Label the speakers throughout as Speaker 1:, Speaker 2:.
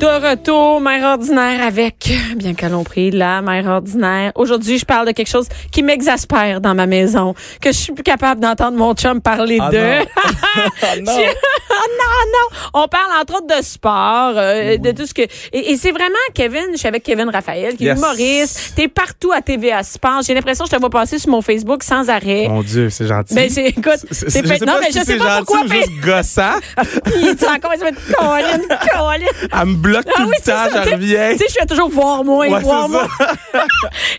Speaker 1: De retour, mère ordinaire avec, bien qu'à l'ompré, la mère ordinaire. Aujourd'hui, je parle de quelque chose qui m'exaspère dans ma maison, que je suis plus capable d'entendre mon chum parler
Speaker 2: Ah
Speaker 1: de.
Speaker 2: non. Ah non.
Speaker 1: Je- Ah non, non! On parle entre autres de sport, euh, de tout ce que. Et, et c'est vraiment Kevin, je suis avec Kevin Raphaël, qui est
Speaker 2: Yes.
Speaker 1: humoriste. T'es partout à TVA Sport. J'ai l'impression que je te vois passer sur mon Facebook sans arrêt.
Speaker 2: Mon Dieu, c'est gentil.
Speaker 1: Mais Ben, c'est, écoute,
Speaker 2: Ah, C'est-
Speaker 1: c'est
Speaker 2: je
Speaker 1: fait-
Speaker 2: sais
Speaker 1: non,
Speaker 2: pas
Speaker 1: mais
Speaker 2: si
Speaker 1: je sais
Speaker 2: c'est
Speaker 1: pas
Speaker 2: gentil
Speaker 1: pourquoi,
Speaker 2: ou
Speaker 1: mais-
Speaker 2: juste gossant.
Speaker 1: Il est encore, il se met Colin, Colin.
Speaker 2: Elle me bloque tout le
Speaker 1: Ah c'est
Speaker 2: temps,
Speaker 1: ça, tu
Speaker 2: je
Speaker 1: sais-
Speaker 2: reviens.
Speaker 1: Tu sais, je fais toujours voir moins,
Speaker 2: Ouais,
Speaker 1: voir
Speaker 2: c'est ça.
Speaker 1: moins.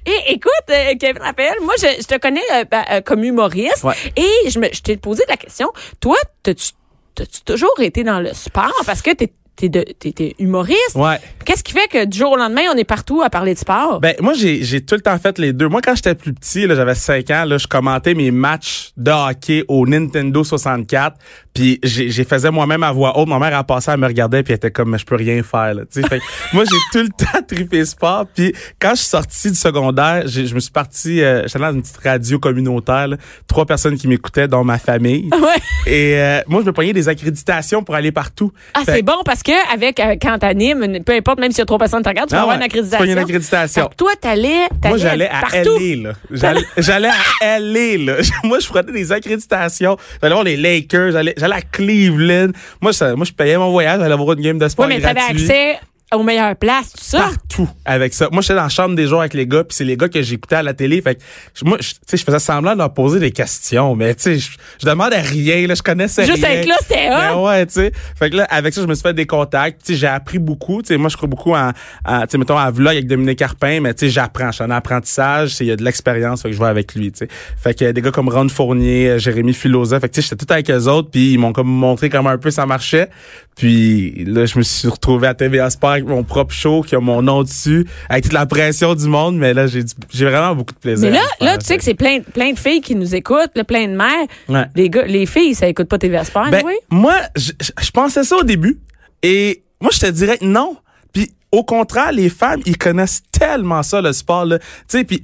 Speaker 1: Et écoute, euh, Kevin Raphaël, moi, je, je te connais euh, bah, euh, comme humoriste
Speaker 2: Ouais.
Speaker 1: et je, me, je t'ai posé la question. Toi, t'as-tu t'as-tu toujours été dans le sport parce que t'es t'es de- t'es- t'es humoriste?
Speaker 2: Ouais.
Speaker 1: Qu'est-ce qui fait que du jour au lendemain, on est partout à parler de sport?
Speaker 2: Ben, moi, j'ai, j'ai tout le temps fait les deux. Moi, quand j'étais plus petit, là, j'avais 5 ans, là, je commentais mes matchs de hockey au Nintendo 64. Puis, j'ai, j'ai faisais moi-même à voix haute. Ma mère, elle passait, elle me regardait, puis elle était comme, Mais je peux rien faire, là. Tu sais, fait que moi, j'ai tout le temps trippé sport. Puis, quand je suis sorti du secondaire, j'ai- je me suis parti, euh, j'étais dans une petite radio communautaire, là. Trois personnes qui m'écoutaient, dont ma famille.
Speaker 1: Ouais.
Speaker 2: Et, euh, moi, je me prenais des accréditations pour aller partout.
Speaker 1: Ah,
Speaker 2: Fait
Speaker 1: c'est bon parce que avec euh, quand t'animes, une- peu importe, même s'il y a trois personnes qui te regardent, tu vas
Speaker 2: Ah
Speaker 1: avoir
Speaker 2: ouais,
Speaker 1: une accréditation.
Speaker 2: tu vas avoir une accréditation.
Speaker 1: Fait que toi, t'allais, t'allais
Speaker 2: Moi, j'allais à
Speaker 1: partout.
Speaker 2: LA, là. J'allais- J'allais à LA, là. Moi, je prenais des accréditations. J'allais voir les Lakers. J'allais j'allais à Cleveland. Moi, je, moi, je payais mon voyage. J'allais voir une game de sport
Speaker 1: Oui, mais t'avais
Speaker 2: gratuit.
Speaker 1: accès hein? aux meilleures places, tout ça.
Speaker 2: Partout avec ça. Moi, j'étais dans la chambre des joueurs avec les gars, puis c'est les gars que j'écoutais à la télé. Fait que, je- moi, je- tu sais, je faisais semblant de leur poser des questions, mais tu sais, je, je demandais rien, là, je connaissais
Speaker 1: Juste
Speaker 2: rien.
Speaker 1: être là, c'était hot.
Speaker 2: Ben ouais, tu sais. Fait que là, avec ça, je me suis fait des contacts. Tu sais, j'ai appris beaucoup. Tu sais, moi, je crois beaucoup en, en, tu sais, mettons, à vlog avec Dominique Carpin, mais tu sais, j'apprends. Je suis en apprentissage. tu sais, Il y a de l'expérience. Fait que je vais avec lui, tu sais. Fait que euh, des gars comme Ron Fournier, euh, Jérémy Philosophe. Fait que tu sais, j'étais tout avec eux autres, puis ils m'ont comme montré comment un peu ça marchait. Puis là, je me suis retrouvé à TVA Sport avec mon propre show, qui a mon nom dessus, avec toute la pression du monde. Mais là, j'ai du- j'ai vraiment beaucoup de plaisir.
Speaker 1: Mais là,
Speaker 2: à le
Speaker 1: là,
Speaker 2: faire,
Speaker 1: tu sais que c'est plein, plein de filles qui nous écoutent, là, plein de mères.
Speaker 2: Ouais.
Speaker 1: Les gars, les filles, ça écoute pas TVA Sport,
Speaker 2: Ben,
Speaker 1: oui?
Speaker 2: moi, je, je- je pensais ça au début. Et moi, je te dirais non. Puis, au contraire, les femmes, ils connaissent tellement ça, le sport, là. Tu sais, puis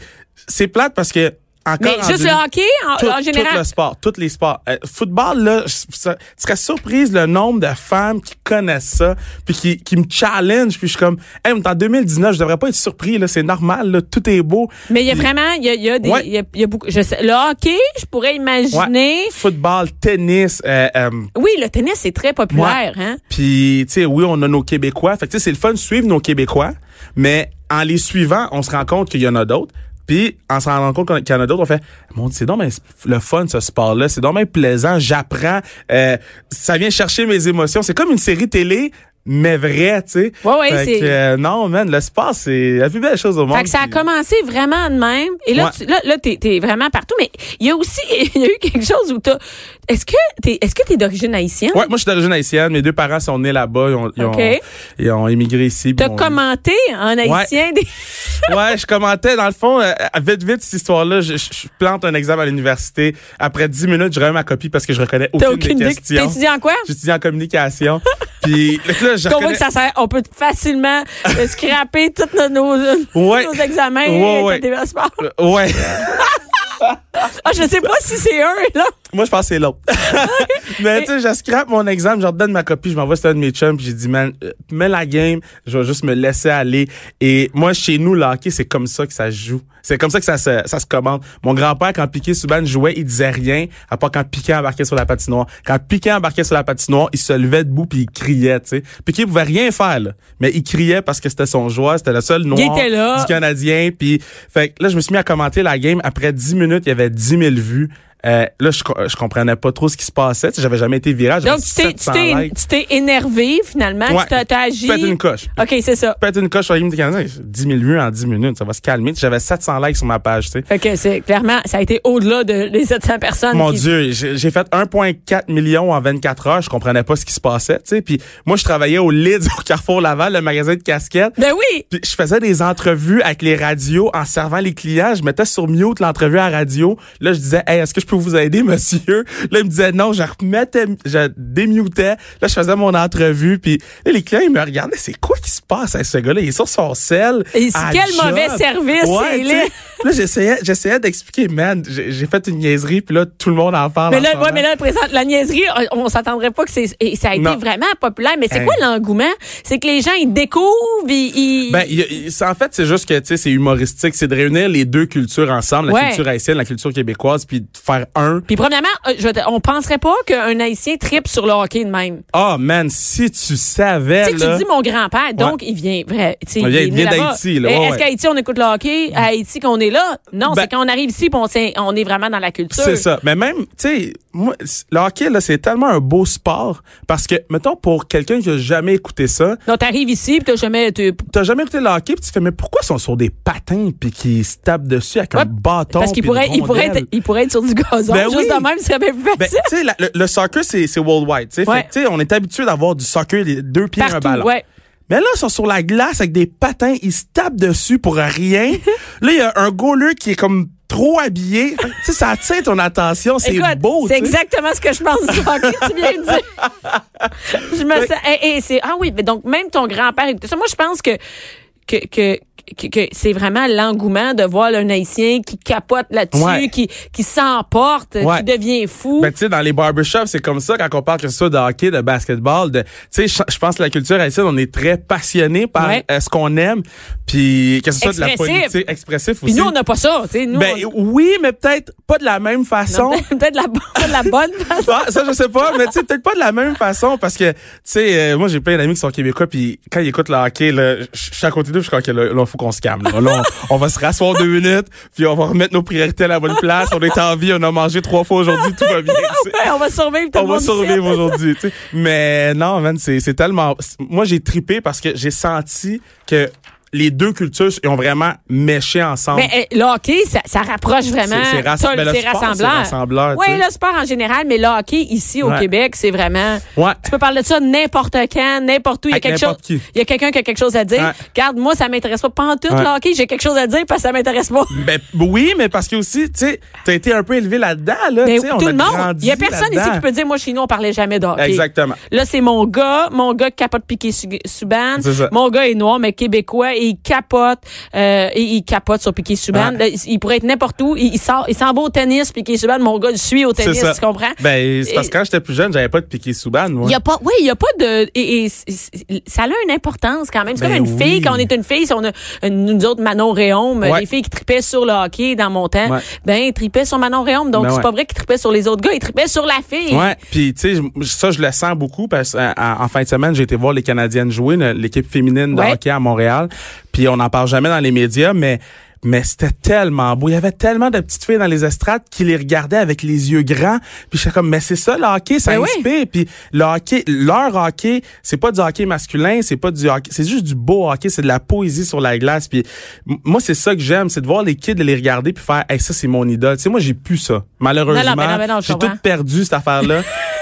Speaker 2: c'est plate parce que, encore.
Speaker 1: Mais
Speaker 2: en
Speaker 1: juste
Speaker 2: deux-
Speaker 1: le hockey, en,
Speaker 2: tout,
Speaker 1: en général.
Speaker 2: tout le sport, tous les sports. Euh, football, là, je ça- je serais surprise le nombre de femmes qui connaissent ça, puis qui, qui me challenge, puis je suis comme, hey, mais en 2019, je devrais pas être surpris, là, c'est normal, là, tout est beau.
Speaker 1: mais il y a
Speaker 2: Puis-
Speaker 1: vraiment, il y a, il y a des,
Speaker 2: Ouais.
Speaker 1: il y a, il y a beaucoup. Je sais, le hockey, je pourrais imaginer.
Speaker 2: Ouais. Football, tennis, euh, euh,
Speaker 1: Oui, le tennis, c'est très populaire, hein?
Speaker 2: Puis, tu sais, oui, on a nos Québécois. Fait que, tu sais, c'est le fun de suivre nos Québécois, mais en les suivant, on se rend compte qu'il y en a d'autres. Puis, en se rendant compte qu'on- qu'il y en a d'autres, on fait, mon Dieu, c'est donc ben le fun, ce sport-là. C'est donc ben plaisant. J'apprends. Euh, ça vient chercher mes émotions. C'est comme une série télé, mais vraie, tu sais.
Speaker 1: Ouais, ouais,
Speaker 2: Fait
Speaker 1: c'est-
Speaker 2: que, euh, non, man, le sport, c'est la plus belle chose au monde.
Speaker 1: Fait que ça a
Speaker 2: Puis-
Speaker 1: commencé vraiment de même. Et là,
Speaker 2: Ouais.
Speaker 1: tu, là, là t'es, t'es vraiment partout. Mais il y a aussi, il y a eu quelque chose où t'as, est-ce que t'es, est-ce que t'es d'origine haïtienne?
Speaker 2: Ouais, moi, je suis d'origine haïtienne. Mes deux parents sont nés là-bas. Ils ont, ils ont-
Speaker 1: Ok.
Speaker 2: ils ont immigré ici. puis
Speaker 1: T'as
Speaker 2: ils ont-
Speaker 1: commenté en haïtien des,
Speaker 2: ouais, je commentais. Dans le fond, euh, vite, vite, cette histoire-là, je, je- je plante un examen à l'université. Après 10 minutes, je remets ma copie parce que je reconnais aucune,
Speaker 1: t'as aucune
Speaker 2: des
Speaker 1: idée.
Speaker 2: questions.
Speaker 1: T'étudies en quoi?
Speaker 2: J'étudie en communication. Puis fait que là, je
Speaker 1: qu'on voit
Speaker 2: reconnais-
Speaker 1: que ça sert, on peut facilement euh, scraper tous nos, nos,
Speaker 2: Ouais.
Speaker 1: nos examens
Speaker 2: Ouais, ouais.
Speaker 1: et tes passeports.
Speaker 2: Ouais.
Speaker 1: Ah, je sais pas si c'est un là.
Speaker 2: Moi, je pense que c'est l'autre. Mais tu sais, je scrape mon exemple, je redonne ma copie, je m'envoie sur un de mes chums, puis j'ai dit, man, euh, mets la game, je vais juste me laisser aller. Et moi, chez nous, le hockey, c'est comme ça que ça se joue. C'est comme ça que ça se, ça se commande. Mon grand-père, quand Piqué Souban jouait, il disait rien, à part quand Piqué embarquait sur la patinoire. Quand Piqué embarquait sur la patinoire, il se levait debout puis il criait, tu sais. Piqué pouvait rien faire, là. Mais il criait parce que c'était son joie, c'était le seul noir
Speaker 1: était là.
Speaker 2: du Canadien. Puis, fait que là, je me suis mis à commenter la game. Après 10 minutes, il y avait 10 000 vues. Euh, là, je, co- je comprenais pas trop ce qui se passait. Tu sais, J'avais jamais été virage.
Speaker 1: Donc, tu t'es- tu t'es tu t'es énervé finalement.
Speaker 2: Ouais.
Speaker 1: Tu t'as- t'as agi. Ah.
Speaker 2: Pète une coche.
Speaker 1: OK, c'est ça.
Speaker 2: Pète une coche sur la Game du Canada. 10 000 vues en 10 minutes. Ça va se calmer. Tu sais, J'avais 700 likes sur ma page, tu sais.
Speaker 1: Fait que c'est clairement, ça a été au-delà de les 700 personnes.
Speaker 2: Mon
Speaker 1: qui-
Speaker 2: Dieu, j'ai j'ai fait 1,4 million en 24 heures. Je comprenais pas ce qui se passait, tu sais. Puis moi, je travaillais au Lids, au Carrefour Laval, le magasin de casquettes.
Speaker 1: Ben oui!
Speaker 2: Puis je faisais des entrevues avec les radios en servant les clients. Je mettais sur mute l'entrevue à la radio. Là, je disais, hey, est-ce que je peux vous aider, monsieur? Là, il me disait non. Je remettais, je démutais. Là, je faisais mon entrevue. Puis là, les clients, ils me regardaient. C'est quoi qui se passe à ce gars-là? Il est sur son sel.
Speaker 1: Et c'est
Speaker 2: à
Speaker 1: quel
Speaker 2: job.
Speaker 1: mauvais service,
Speaker 2: Ouais,
Speaker 1: il
Speaker 2: tu sais.
Speaker 1: est.
Speaker 2: Là, j'essayais, j'essayais d'expliquer, man, j'ai j'ai fait une niaiserie. Puis là, tout le monde en parle.
Speaker 1: Mais
Speaker 2: en ce
Speaker 1: là, ouais,
Speaker 2: moment.
Speaker 1: mais là, présente, la niaiserie, on, on s'attendrait pas que c'est, et ça a été
Speaker 2: Non.
Speaker 1: vraiment populaire. Mais c'est
Speaker 2: Hey.
Speaker 1: quoi l'engouement? C'est que les gens, ils découvrent, ils, ils-
Speaker 2: Ben, il y a- il- c'est- en fait, c'est juste que, tu sais, c'est humoristique. C'est de réunir les deux cultures ensemble, la
Speaker 1: Ouais.
Speaker 2: culture haïtienne, la culture québécoise, puis de faire un.
Speaker 1: Puis premièrement, euh, je te- on penserait pas qu'un Haïtien tripe sur le hockey de même.
Speaker 2: Ah, man, si tu savais,
Speaker 1: Tu sais,
Speaker 2: là.
Speaker 1: tu dis mon grand-père, donc il vient, vrai, tu sais,
Speaker 2: Il vient-
Speaker 1: est
Speaker 2: il
Speaker 1: né
Speaker 2: vient
Speaker 1: là-bas.
Speaker 2: d'Haïti, là,
Speaker 1: Et
Speaker 2: ouais,
Speaker 1: Est-ce
Speaker 2: ouais. Mm.
Speaker 1: qu'à Haïti, on écoute le hockey? À Haïti, qu'on est là? Non,
Speaker 2: Ben-
Speaker 1: c'est qu'on arrive ici, puis on, s'in- on est vraiment dans la culture.
Speaker 2: C'est ça. Mais même, tu sais, moi, c- le hockey, là, c'est tellement un beau sport parce que, mettons, pour quelqu'un qui a jamais écouté ça,
Speaker 1: Donc, t'arrives ici, puis t'as jamais... t'es-
Speaker 2: t'as jamais écouté le hockey, puis tu fais, mais pourquoi ils sont sur des patins puis qu'ils se tapent dessus avec
Speaker 1: Ouais,
Speaker 2: un bâton?
Speaker 1: Parce qu'il
Speaker 2: puis une
Speaker 1: pourrait, il pourrait,
Speaker 2: rondelle?
Speaker 1: être, il pourrait être sur du gazon.
Speaker 2: Ben
Speaker 1: Juste
Speaker 2: oui.
Speaker 1: de même, ce serait bien plus
Speaker 2: Ben,
Speaker 1: facile.
Speaker 2: tu sais, la- le, le soccer, c'est, c'est worldwide. tu sais. Fait que,
Speaker 1: Ouais.
Speaker 2: tu sais, on est habitué d'avoir du soccer, les deux pieds et un
Speaker 1: Partout,
Speaker 2: ballon.
Speaker 1: ouais.
Speaker 2: Mais là, ils sont sur la glace avec des patins, ils se tapent dessus pour rien. là, il y a un goaler qui est comme trop habillé. Fait que, Tu sais, ça attire ton attention, c'est
Speaker 1: Écoute,
Speaker 2: beau.
Speaker 1: C'est
Speaker 2: tu sais.
Speaker 1: exactement ce que je pense du hockey, tu viens de dire. je me sens. et- et c'est, ah oui, mais donc même ton grand-père écoutait ça. Moi, je pense que. Que, que, que, que c'est vraiment l'engouement de voir là, un Haïtien qui capote là-dessus,
Speaker 2: Ouais.
Speaker 1: qui, qui s'emporte,
Speaker 2: Ouais.
Speaker 1: qui devient fou.
Speaker 2: Ben, tu sais, dans les barbershops, c'est comme ça quand on parle que ce soit de hockey, de basketball, de, tu sais, je je pense que la culture haïtienne, on est très passionné par
Speaker 1: Ouais.
Speaker 2: euh, ce qu'on aime, puis que ce soit de la
Speaker 1: Expressif.
Speaker 2: politique expressif
Speaker 1: Puis
Speaker 2: aussi.
Speaker 1: nous, on n'a pas ça. tu sais, Nous,
Speaker 2: ben,
Speaker 1: on-
Speaker 2: oui, mais peut-être pas de la même façon.
Speaker 1: peut-être la, bo- la bonne façon.
Speaker 2: Ah, ça, je sais pas, mais tu sais, peut-être pas de la même façon parce que, tu sais, euh, moi, j'ai plein d'amis qui sont québécois, puis quand ils écoutent le hockey, là, je je suis à côté d'eux, je crois que là, là, faut qu'on se calme. Là, Là, on, on va se rasseoir deux minutes, puis on va remettre nos priorités à la bonne place. On est en vie, on a mangé trois fois aujourd'hui, tout va bien. tu sais.
Speaker 1: Ouais, on va survivre. tout
Speaker 2: On
Speaker 1: le
Speaker 2: va
Speaker 1: monde ici.
Speaker 2: survivre aujourd'hui, tu sais. Mais non, man, c'est c'est tellement... c'est- Moi, j'ai tripé parce que j'ai senti que les deux cultures ils ont vraiment méché ensemble.
Speaker 1: Mais euh, le hockey, ça, ça rapproche vraiment.
Speaker 2: C'est- c'est rasse-
Speaker 1: Ça,
Speaker 2: ben, le
Speaker 1: c'est
Speaker 2: sport, c'est
Speaker 1: rassembleur.
Speaker 2: rassembleur, tu
Speaker 1: Oui,
Speaker 2: sais.
Speaker 1: le sport en général, mais le hockey ici au
Speaker 2: Ouais.
Speaker 1: Québec, c'est vraiment.
Speaker 2: Ouais.
Speaker 1: Tu peux parler de ça n'importe quand, n'importe où. Il y a
Speaker 2: Avec
Speaker 1: quelque chose.
Speaker 2: n'importe qui.
Speaker 1: Il y a quelqu'un qui a quelque chose à dire.
Speaker 2: Ouais.
Speaker 1: Regarde, moi, ça m'intéresse pas. Pas en tout
Speaker 2: Ouais.
Speaker 1: le hockey, j'ai quelque chose à dire parce que ça m'intéresse pas.
Speaker 2: Ben oui, mais parce que aussi, tu sais, t'as été un peu élevé là-dedans, là.
Speaker 1: Mais
Speaker 2: tu sais, on
Speaker 1: Ben, tout
Speaker 2: a
Speaker 1: le monde.
Speaker 2: grandi
Speaker 1: Il y a personne ici
Speaker 2: là-dedans.
Speaker 1: qui peut dire, moi, chez nous, on parlait jamais de hockey.
Speaker 2: Exactement.
Speaker 1: Là, c'est mon gars, mon gars qui capote piqué Su- Subban.
Speaker 2: C'est ça.
Speaker 1: Mon gars est noir, mais québécois, et il capote, euh, et il capote sur piqué Subban.
Speaker 2: Ouais.
Speaker 1: Là, il- Il pourrait être n'importe où. Il, il sort, il s'en va au tennis, piqué Subban. Mon gars, le suit au tennis, tu comprends?
Speaker 2: Ben, c'est parce que quand j'étais plus jeune, j'avais pas de piqué Souban, moi.
Speaker 1: Il y a pas, oui, il y a pas de, et, et c- c- ça a une importance quand même. C'est
Speaker 2: Ben
Speaker 1: comme une
Speaker 2: oui.
Speaker 1: fille, quand on est une fille, si on a une, nous autres Manon Réaume,
Speaker 2: Ouais.
Speaker 1: les filles qui tripaient sur le hockey dans mon temps,
Speaker 2: Ouais.
Speaker 1: ben, ils tripaient sur Manon Réaume. Donc,
Speaker 2: Ben
Speaker 1: c'est
Speaker 2: ouais.
Speaker 1: pas vrai qu'ils tripaient sur les autres gars, ils tripaient sur la fille.
Speaker 2: Ouais, puis tu sais, je- ça je le sens beaucoup parce qu'en en fin de semaine, j'ai été voir les Canadiennes jouer, le- l'équipe féminine de
Speaker 1: Ouais.
Speaker 2: hockey à Montréal, puis on n'en parle jamais dans les médias, mais mais c'était tellement beau, il y avait tellement de petites filles dans les estrades qui les regardaient avec les yeux grands, puis j'étais comme mais c'est ça le hockey, ça
Speaker 1: Ben oui.
Speaker 2: inspire, puis le hockey, leur hockey, c'est pas du hockey masculin, c'est pas du hockey, c'est juste du beau hockey, c'est de la poésie sur la glace, puis m- moi c'est ça que j'aime, c'est de voir les kids les regarder puis faire hey, ça c'est mon idole. Tu sais moi j'ai plus ça. Malheureusement,
Speaker 1: ben non, ben non, je
Speaker 2: j'ai tout
Speaker 1: comprends.
Speaker 2: perdu cette affaire-là.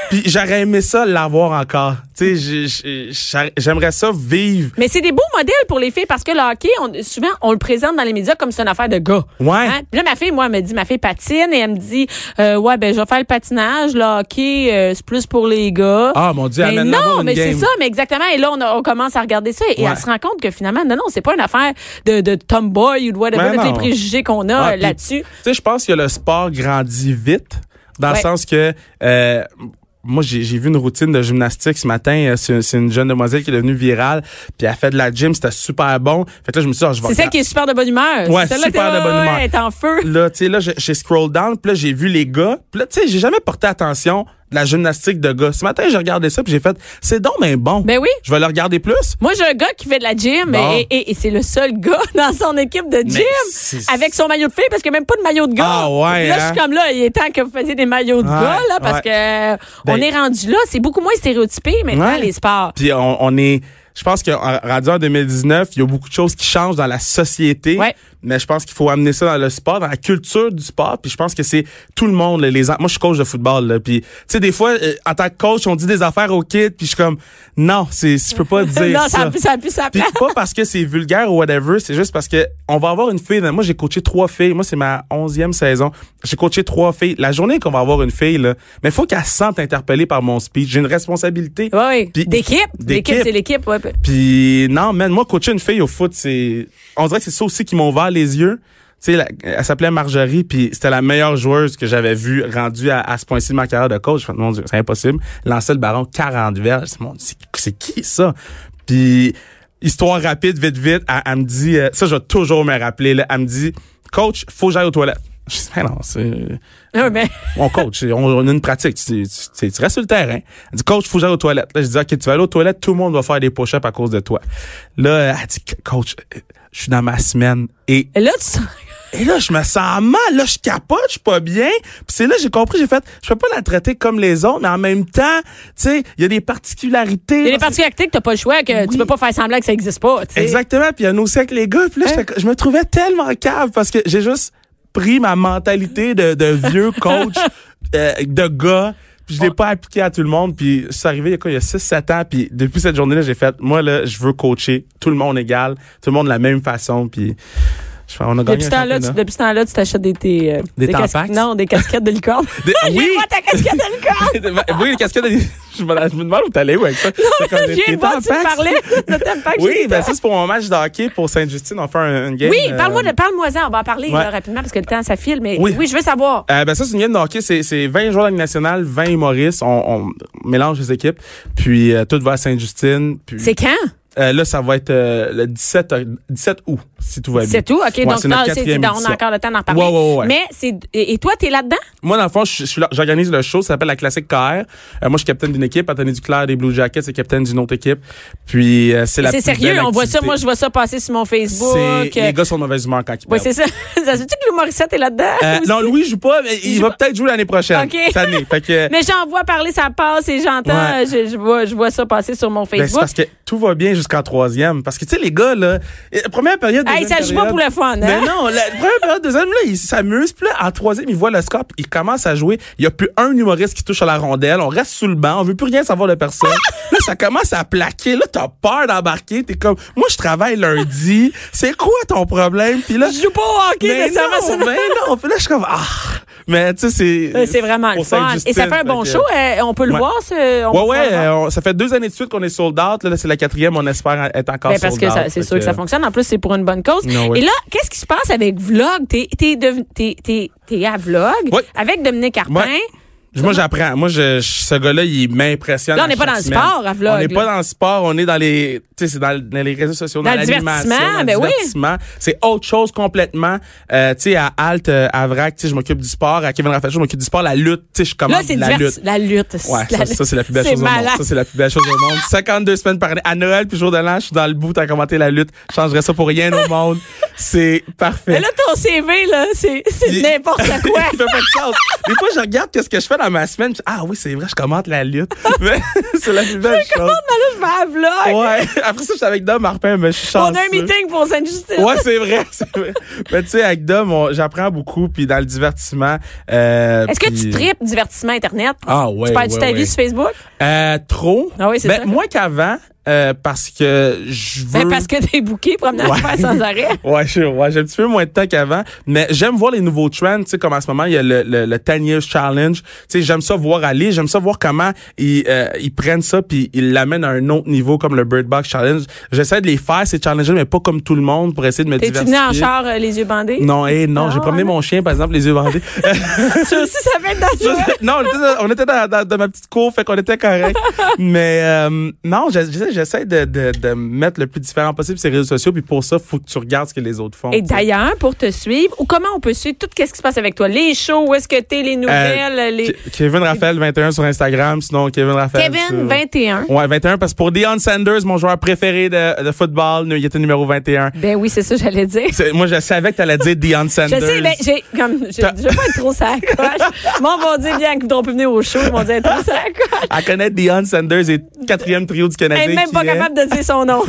Speaker 2: Puis j'aurais aimé ça l'avoir encore. Tu sais, j'ai- j'ai- j'ai- j'aimerais ça vivre.
Speaker 1: Mais c'est des beaux modèles pour les filles parce que le hockey, on- souvent, on le présente dans les médias comme c'est une affaire de gars. Hein?
Speaker 2: Ouais.
Speaker 1: Puis là, ma fille, moi, elle me dit, ma fille patine et elle me dit, euh, ouais, ben, je vais faire le patinage, le hockey, euh, c'est plus pour les gars.
Speaker 2: Ah, mon Dieu,
Speaker 1: mais
Speaker 2: amène-la voir
Speaker 1: non,
Speaker 2: une
Speaker 1: mais c'est
Speaker 2: game.
Speaker 1: ça, mais exactement. Et là, on, a- on commence à regarder ça et
Speaker 2: Ouais.
Speaker 1: elle se rend compte que finalement, non, non, c'est pas une affaire de, de tomboy ou de whatever,
Speaker 2: Ben
Speaker 1: de tous les
Speaker 2: non.
Speaker 1: préjugés qu'on a
Speaker 2: Ah,
Speaker 1: euh,
Speaker 2: puis,
Speaker 1: là-dessus.
Speaker 2: Tu sais, je pense que le sport grandit vite, dans
Speaker 1: Ouais.
Speaker 2: le sens que... euh, moi, j'ai j'ai vu une routine de gymnastique ce matin. Euh, C'est c'est une jeune demoiselle qui est devenue virale. Puis elle fait de la gym, c'était super bon. Fait que là, je me suis dit, ah, je vais
Speaker 1: C'est celle
Speaker 2: regarder-
Speaker 1: qui est super de bonne humeur.
Speaker 2: Ouais,
Speaker 1: C'est celle-là que
Speaker 2: super
Speaker 1: t'es-
Speaker 2: de bonne
Speaker 1: ouais,
Speaker 2: humeur.
Speaker 1: Elle est en feu.
Speaker 2: Là, tu sais, là, j'ai- j'ai scroll down, puis là, j'ai vu les gars. Puis là, tu sais, j'ai jamais porté attention de la gymnastique de gars. Ce matin, j'ai regardé ça puis j'ai fait, c'est donc mais bon.
Speaker 1: Ben oui.
Speaker 2: Je vais le regarder plus.
Speaker 1: Moi, j'ai un gars qui fait de la gym
Speaker 2: Bon.
Speaker 1: et, et- et c'est le seul gars dans son équipe de gym
Speaker 2: c'est-
Speaker 1: avec son maillot de fille parce qu'il n'y a même pas de maillot de gars.
Speaker 2: Ah ouais,
Speaker 1: là,
Speaker 2: hein?
Speaker 1: je suis comme là, il est temps que vous faisiez des maillots de
Speaker 2: Ouais,
Speaker 1: gars là, parce
Speaker 2: ouais.
Speaker 1: que euh, on
Speaker 2: Ben-
Speaker 1: est rendu là. C'est beaucoup moins stéréotypé maintenant,
Speaker 2: Ouais.
Speaker 1: les sports.
Speaker 2: Puis on, on est. Je pense qu'en radio en 2019, il y a beaucoup de choses qui changent dans la société.
Speaker 1: Ouais.
Speaker 2: Mais je pense qu'il faut amener ça dans le sport, dans la culture du sport. Puis je pense que c'est tout le monde. là, Les, en- moi, je suis coach de football. Là, puis, tu sais, des fois, euh, en tant que coach, on dit des affaires aux kids. Puis je suis comme, non, c'est, je peux pas dire
Speaker 1: non, ça
Speaker 2: ça.
Speaker 1: a plus, ça a plus sa
Speaker 2: Puis
Speaker 1: place.
Speaker 2: pas parce que c'est vulgaire ou whatever, c'est juste parce que on va avoir une fille. Moi, j'ai coaché trois filles. Moi, c'est ma onzième saison. J'ai coaché trois filles. La journée qu'on va avoir une fille, là, mais faut qu'elle se sente interpellée par mon speech. J'ai une responsabilité.
Speaker 1: Oui, oui.
Speaker 2: Puis-
Speaker 1: D'équipe. D'équipe, c'est l'équipe. Ouais.
Speaker 2: Puis non, man, moi, coacher une fille au foot, c'est... On dirait que c'est ça aussi qui m'a ouvert les yeux. Tu sais, la- elle s'appelait Marjorie, puis c'était la meilleure joueuse que j'avais vue rendue à, à ce point-ci de ma carrière de coach. Je mon Dieu, c'est impossible. Lançait le baron 40 verges. Mon Dieu, c'est- c'est qui ça? Puis, histoire rapide, vite, vite, elle, elle me dit... euh, ça, je vais toujours me rappeler. Là, elle me dit, « Coach, faut que j'aille aux toilettes. » Je dis, « Mais non, c'est...
Speaker 1: Ouais, mais-
Speaker 2: On coach, on, on a une pratique. Tu, tu- tu- tu restes sur le terrain. Elle dit, coach, faut que j'aille aux toilettes. Là, je dis, OK, tu vas aller aux toilettes, tout le monde va faire des push-ups à cause de toi. Là, elle dit, coach, euh, je suis dans ma semaine. Et,
Speaker 1: Et là, tu sens-
Speaker 2: et là, je me sens mal. Là, je capote, je suis pas bien. Puis c'est là, j'ai compris, j'ai fait, je peux pas la traiter comme les autres, mais en même temps, tu sais, il y a des particularités.
Speaker 1: il y a des particularités que t'as pas le choix, que tu peux pas faire semblant que ça existe pas. tu sais.
Speaker 2: Exactement. Puis il y en a aussi avec les gars.
Speaker 1: Hein?
Speaker 2: Puis là, j'étais- je me trouvais tellement cave parce que j'ai juste pris ma mentalité de, de vieux coach euh, de gars. Puis je l'ai pas appliqué à tout le monde. Puis c'est arrivé il y a quoi, il y a 6-7 ans. Puis depuis cette journée-là, j'ai fait, moi, là, je veux coacher tout le monde égal, tout le monde de la même façon. Puis je fais, on a gagné
Speaker 1: Depuis ce,
Speaker 2: un
Speaker 1: temps-là, tu,
Speaker 2: championnat.
Speaker 1: depuis ce temps-là, tu t'achètes des, tes, euh,
Speaker 2: Des
Speaker 1: casque-
Speaker 2: Tampax?
Speaker 1: Non, des casquettes de licorne.
Speaker 2: Des-
Speaker 1: J'ai
Speaker 2: oui!
Speaker 1: pas ta casquette de licorne!
Speaker 2: Ben, oui, les casquettes, je me, je me demande où t'allais où avec ça. C'est comme des-
Speaker 1: J'ai
Speaker 2: des
Speaker 1: une voix, tu me
Speaker 2: Tampax.
Speaker 1: parlais de Tampax.
Speaker 2: Oui,
Speaker 1: j'ai-
Speaker 2: ben ça, c'est pour mon match de hockey pour Sainte-Justine. On fait un, une game.
Speaker 1: Oui, parle-moi
Speaker 2: euh,
Speaker 1: de, parle-moi-en. On va en parler
Speaker 2: Ouais.
Speaker 1: là, rapidement parce que le temps, ça file. Mais oui,
Speaker 2: Oui.
Speaker 1: je veux savoir.
Speaker 2: Euh, ben ça, c'est une game de hockey. C'est, c'est 20 joueurs de la Ligue nationale, 20 humoristes. On, on mélange les équipes. Puis euh, tout va à Sainte-Justine. Puis
Speaker 1: C'est quand?
Speaker 2: euh, là, ça va être euh, le 17, oct- 17 août, si tout va bien.
Speaker 1: C'est tout? OK,
Speaker 2: Ouais,
Speaker 1: donc
Speaker 2: c'est notre
Speaker 1: non, c'est-
Speaker 2: quatrième
Speaker 1: c'est- on a
Speaker 2: édition.
Speaker 1: encore le temps d'en parler.
Speaker 2: Ouais, ouais, ouais.
Speaker 1: Mais c'est. Et, et toi, t'es là-dedans?
Speaker 2: Moi, dans le fond, je, je suis là- j'organise le show, ça s'appelle la Classique KR. Euh, moi, je suis capitaine d'une équipe. Anthony Duclair des Blue Jackets est capitaine d'une autre équipe. Puis euh, c'est la
Speaker 1: C'est
Speaker 2: plus
Speaker 1: sérieux,
Speaker 2: belle
Speaker 1: on voit ça.
Speaker 2: activité.
Speaker 1: Moi, je vois ça passer sur mon Facebook.
Speaker 2: C'est...
Speaker 1: euh,
Speaker 2: Les gars sont de mauvaise humeur quand ils
Speaker 1: ouais, c'est
Speaker 2: perdent.
Speaker 1: ça. ça se dit que Lou Morissette est là-dedans?
Speaker 2: Euh,
Speaker 1: aussi?
Speaker 2: non, Louis joue pas, mais il,
Speaker 1: joue
Speaker 2: va
Speaker 1: pas.
Speaker 2: peut-être jouer l'année prochaine.
Speaker 1: OK.
Speaker 2: Cette année. Fait que,
Speaker 1: Mais j'en vois parler, ça passe et j'entends,
Speaker 2: Ouais.
Speaker 1: je, je vois, je vois ça passer sur mon
Speaker 2: Ben, c'est
Speaker 1: Facebook.
Speaker 2: parce que tout va bien jusqu'en troisième. Parce que, tu sais, les gars, là, euh, première période.
Speaker 1: Hey,
Speaker 2: deuxième
Speaker 1: ça joue pas
Speaker 2: période-
Speaker 1: pour le fun, hein?
Speaker 2: Mais non, la première période, deuxième, là, ils s'amusent. Puis là, en troisième, ils voient le score, puis ils commencent à jouer. Il y a plus un humoriste qui touche à la rondelle. On reste sous le banc. On veut plus rien savoir de personne. là, ça commence à plaquer. Là, t'as peur d'embarquer. T'es comme, moi, je travaille lundi. C'est quoi ton problème? Puis là,
Speaker 1: je joue pas au hockey,
Speaker 2: mais non, ben
Speaker 1: nécessairement, ça-
Speaker 2: mais non. Puis là, je suis comme, ah. Mais tu sais, c'est.
Speaker 1: Euh, C'est vraiment le
Speaker 2: pour
Speaker 1: fun. Et ça
Speaker 2: Sainte-Justine,
Speaker 1: fait un bon
Speaker 2: que-
Speaker 1: show. euh, on peut le
Speaker 2: Ouais.
Speaker 1: voir, ce. on peut
Speaker 2: Ouais,
Speaker 1: le
Speaker 2: ouais,
Speaker 1: voir.
Speaker 2: euh, on- ça fait deux années de suite qu'on est sold out. Là, là, c'est la quatrième, on espère être encore
Speaker 1: Ben, parce
Speaker 2: sold
Speaker 1: que
Speaker 2: out.
Speaker 1: ça- c'est
Speaker 2: Fait
Speaker 1: sûr que ça fonctionne. En plus, c'est pour une bonne cause.
Speaker 2: Non, oui.
Speaker 1: Et là, qu'est-ce qui se passe avec Vlog? T'es t'es devenu- t'es- t'es- t'es à Vlog
Speaker 2: Oui.
Speaker 1: avec Dominique Arpin.
Speaker 2: Ouais. Moi, j'apprends. Moi, je, je- ce gars-là, il m'impressionne.
Speaker 1: Là, on
Speaker 2: à
Speaker 1: n'est pas
Speaker 2: chaque
Speaker 1: dans le
Speaker 2: semaine.
Speaker 1: sport, à vlog,
Speaker 2: On n'est pas
Speaker 1: là.
Speaker 2: dans le sport, on est dans les, tu sais, c'est dans, dans les réseaux sociaux,
Speaker 1: Dans
Speaker 2: dans,
Speaker 1: le
Speaker 2: l'animation,
Speaker 1: divertissement,
Speaker 2: dans le
Speaker 1: ben oui.
Speaker 2: divertissement. C'est autre chose complètement. Euh, tu sais, à Alt, euh, à Vrac, tu sais, je m'occupe du sport. À Kevin Raphaël, je m'occupe du sport, la lutte. Tu sais,
Speaker 1: Là,
Speaker 2: je commence
Speaker 1: c'est
Speaker 2: la
Speaker 1: divers-
Speaker 2: lutte.
Speaker 1: La lutte.
Speaker 2: Ouais,
Speaker 1: La
Speaker 2: ça,
Speaker 1: lutte.
Speaker 2: ça, c'est la plus belle chose au
Speaker 1: malade.
Speaker 2: monde. Ça, c'est la plus belle chose au monde. 52 semaines par année. À Noël puis jour de l'an, je suis dans le bout à commenter la lutte. Je changerais ça pour rien au monde. C'est
Speaker 1: Mais
Speaker 2: parfait.
Speaker 1: là, ton CV, là, c'est c'est
Speaker 2: Il-
Speaker 1: n'importe quoi.
Speaker 2: Il fait pas de sens. Des fois, je regarde qu'est-ce que je fais dans ma semaine. je dis, ah oui, c'est vrai, je commente la lutte. Mais c'est la plus belle chose.
Speaker 1: Comment Oh, là, je vais à Vlog?
Speaker 2: Ouais. Après ça, je suis avec Dom Marpin, mais je suis
Speaker 1: On
Speaker 2: chanceux.
Speaker 1: a un meeting pour Sainte-Justine.
Speaker 2: Ouais, c'est vrai, c'est vrai. Mais tu sais, avec Dom, on- j'apprends beaucoup, puis dans le divertissement. euh,
Speaker 1: Est-ce que
Speaker 2: puis-
Speaker 1: tu tripes divertissement Internet?
Speaker 2: Ah ouais,
Speaker 1: Tu perds
Speaker 2: ouais,
Speaker 1: ta vie
Speaker 2: ouais.
Speaker 1: sur Facebook?
Speaker 2: Euh, trop.
Speaker 1: Ah oui, c'est
Speaker 2: ben,
Speaker 1: ça.
Speaker 2: Moins qu'avant, euh, parce que je veux.
Speaker 1: Ben, parce que t'es booké, promenant à
Speaker 2: Ouais.
Speaker 1: faire sans arrêt.
Speaker 2: Ouais, je- ouais, j'ai un petit peu moins de temps qu'avant, mais j'aime voir les nouveaux trends, tu sais, comme en ce moment, il y a le, le, le 10 Years Challenge, tu sais, j'aime ça voir aller, j'aime ça voir comment ils, euh, ils prennent ça puis ils l'amènent à un autre niveau, comme le Bird Box Challenge. J'essaie de les faire, ces challenges, mais pas comme tout le monde, pour essayer de me
Speaker 1: T'es-tu
Speaker 2: diversifier.
Speaker 1: venu en char euh, les yeux bandés?
Speaker 2: Non, hé, non,
Speaker 1: Ah,
Speaker 2: j'ai promené
Speaker 1: ouais.
Speaker 2: mon chien, par exemple, les yeux bandés.
Speaker 1: Ça aussi, ça fait
Speaker 2: Ça,
Speaker 1: dangereux.
Speaker 2: c'est- non, on était dans, on était dans- dans- dans ma petite cour, fait qu'on était correct. Mais euh, non, j'essa- j'essaie j'essaie de, de, de me mettre le plus différent possible sur les réseaux sociaux. Puis pour ça, faut que tu regardes ce que les autres font.
Speaker 1: Et
Speaker 2: tu sais.
Speaker 1: d'ailleurs, pour te suivre, ou comment on peut suivre tout ce qui se passe avec toi? Les shows, où est-ce que t'es, les nouvelles,
Speaker 2: Euh,
Speaker 1: les...
Speaker 2: Ke- Kevin Raphaël 21 sur Instagram, sinon Kevin Raphaël. sur-
Speaker 1: Kevin 21.
Speaker 2: Ouais, 21, parce que pour Deion Sanders, mon joueur préféré de, de football, il était numéro 21.
Speaker 1: Ben oui, c'est ça que j'allais dire.
Speaker 2: C'est- Moi, je savais que t'allais dire Deion
Speaker 1: Je
Speaker 2: Sanders.
Speaker 1: sais, ben, j'ai, comme, je, je veux pas être trop sacoche. Moi, on va dire, bien, qu'ils ont pu venir au show, ils vont dire, être trop sacoche.
Speaker 2: À connaître Deion Sanders et quatrième trio du Canadien.
Speaker 1: Elle est même
Speaker 2: qui
Speaker 1: pas
Speaker 2: est-
Speaker 1: capable de dire son nom.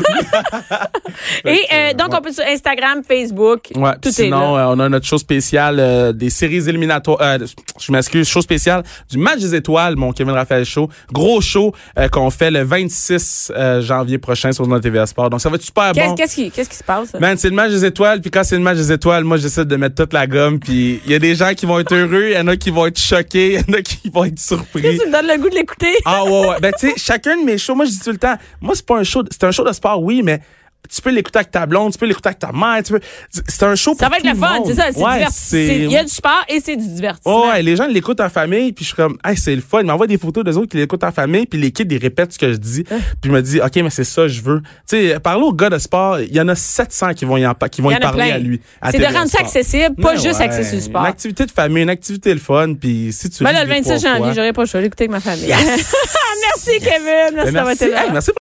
Speaker 1: Et, euh, donc, on peut sur Instagram, Facebook.
Speaker 2: Ouais,
Speaker 1: tout
Speaker 2: puis
Speaker 1: est là.
Speaker 2: sinon, euh, on a notre show spéciale euh, des séries éliminatoires. euh, je m'excuse, show spécial du match des étoiles, mon Kevin Raphaël Show. Gros show euh, qu'on fait le 26 euh, janvier prochain sur notre TVA Sport. Donc, ça va être super
Speaker 1: Qu'est-ce,
Speaker 2: bon.
Speaker 1: qu'est-ce qui, qu'est-ce qui se passe?
Speaker 2: Man, c'est le match des étoiles, puis quand c'est le match des étoiles, moi j'essaie de mettre toute la gomme, puis il y a des gens qui vont être heureux, il y en a qui vont être choqués, il y en a qui vont être surpris.
Speaker 1: Tu me donnes le goût de l'écouter?
Speaker 2: Ah ouais, ouais. Ben tu sais, chacun de mes shows, moi je dis tout le temps, moi c'est pas un show, de- c'est un show de sport, oui, mais tu peux l'écouter avec ta blonde, tu peux l'écouter avec ta mère, tu peux. C'est un show
Speaker 1: Ça
Speaker 2: pour
Speaker 1: va être
Speaker 2: tout
Speaker 1: le fun,
Speaker 2: monde.
Speaker 1: c'est ça, c'est
Speaker 2: Ouais, c'est-
Speaker 1: divertissant. Il y a du sport et c'est du divertissement.
Speaker 2: Ouais, ouais, les gens l'écoutent en famille, puis je suis comme, hey, c'est le fun. Ils m'envoient des photos d'eux autres qui l'écoutent en famille, puis les kids, ils répètent ce que je dis.
Speaker 1: Ah.
Speaker 2: Puis ils me disent, OK, mais c'est ça, je veux. Tu sais, parler aux gars de sport, il y en a 700 qui vont y, en pa- qui vont
Speaker 1: Il
Speaker 2: y,
Speaker 1: y en a
Speaker 2: parler
Speaker 1: plein.
Speaker 2: à lui. à
Speaker 1: C'est de
Speaker 2: TVA
Speaker 1: rendre ça
Speaker 2: Sport.
Speaker 1: accessible, pas
Speaker 2: Ouais,
Speaker 1: juste
Speaker 2: ouais.
Speaker 1: accessible sur
Speaker 2: Une
Speaker 1: sport.
Speaker 2: activité de famille, une activité le fun, puis si tu
Speaker 1: Ben
Speaker 2: ris
Speaker 1: là, le
Speaker 2: deux,
Speaker 1: 26
Speaker 2: trois
Speaker 1: janvier,
Speaker 2: fois-
Speaker 1: j'aurais pas le choix, l'écouter avec ma famille. merci, Kevin. Merci
Speaker 2: Ben,
Speaker 1: d'avoir
Speaker 2: merci.
Speaker 1: été là.
Speaker 2: Hey, merci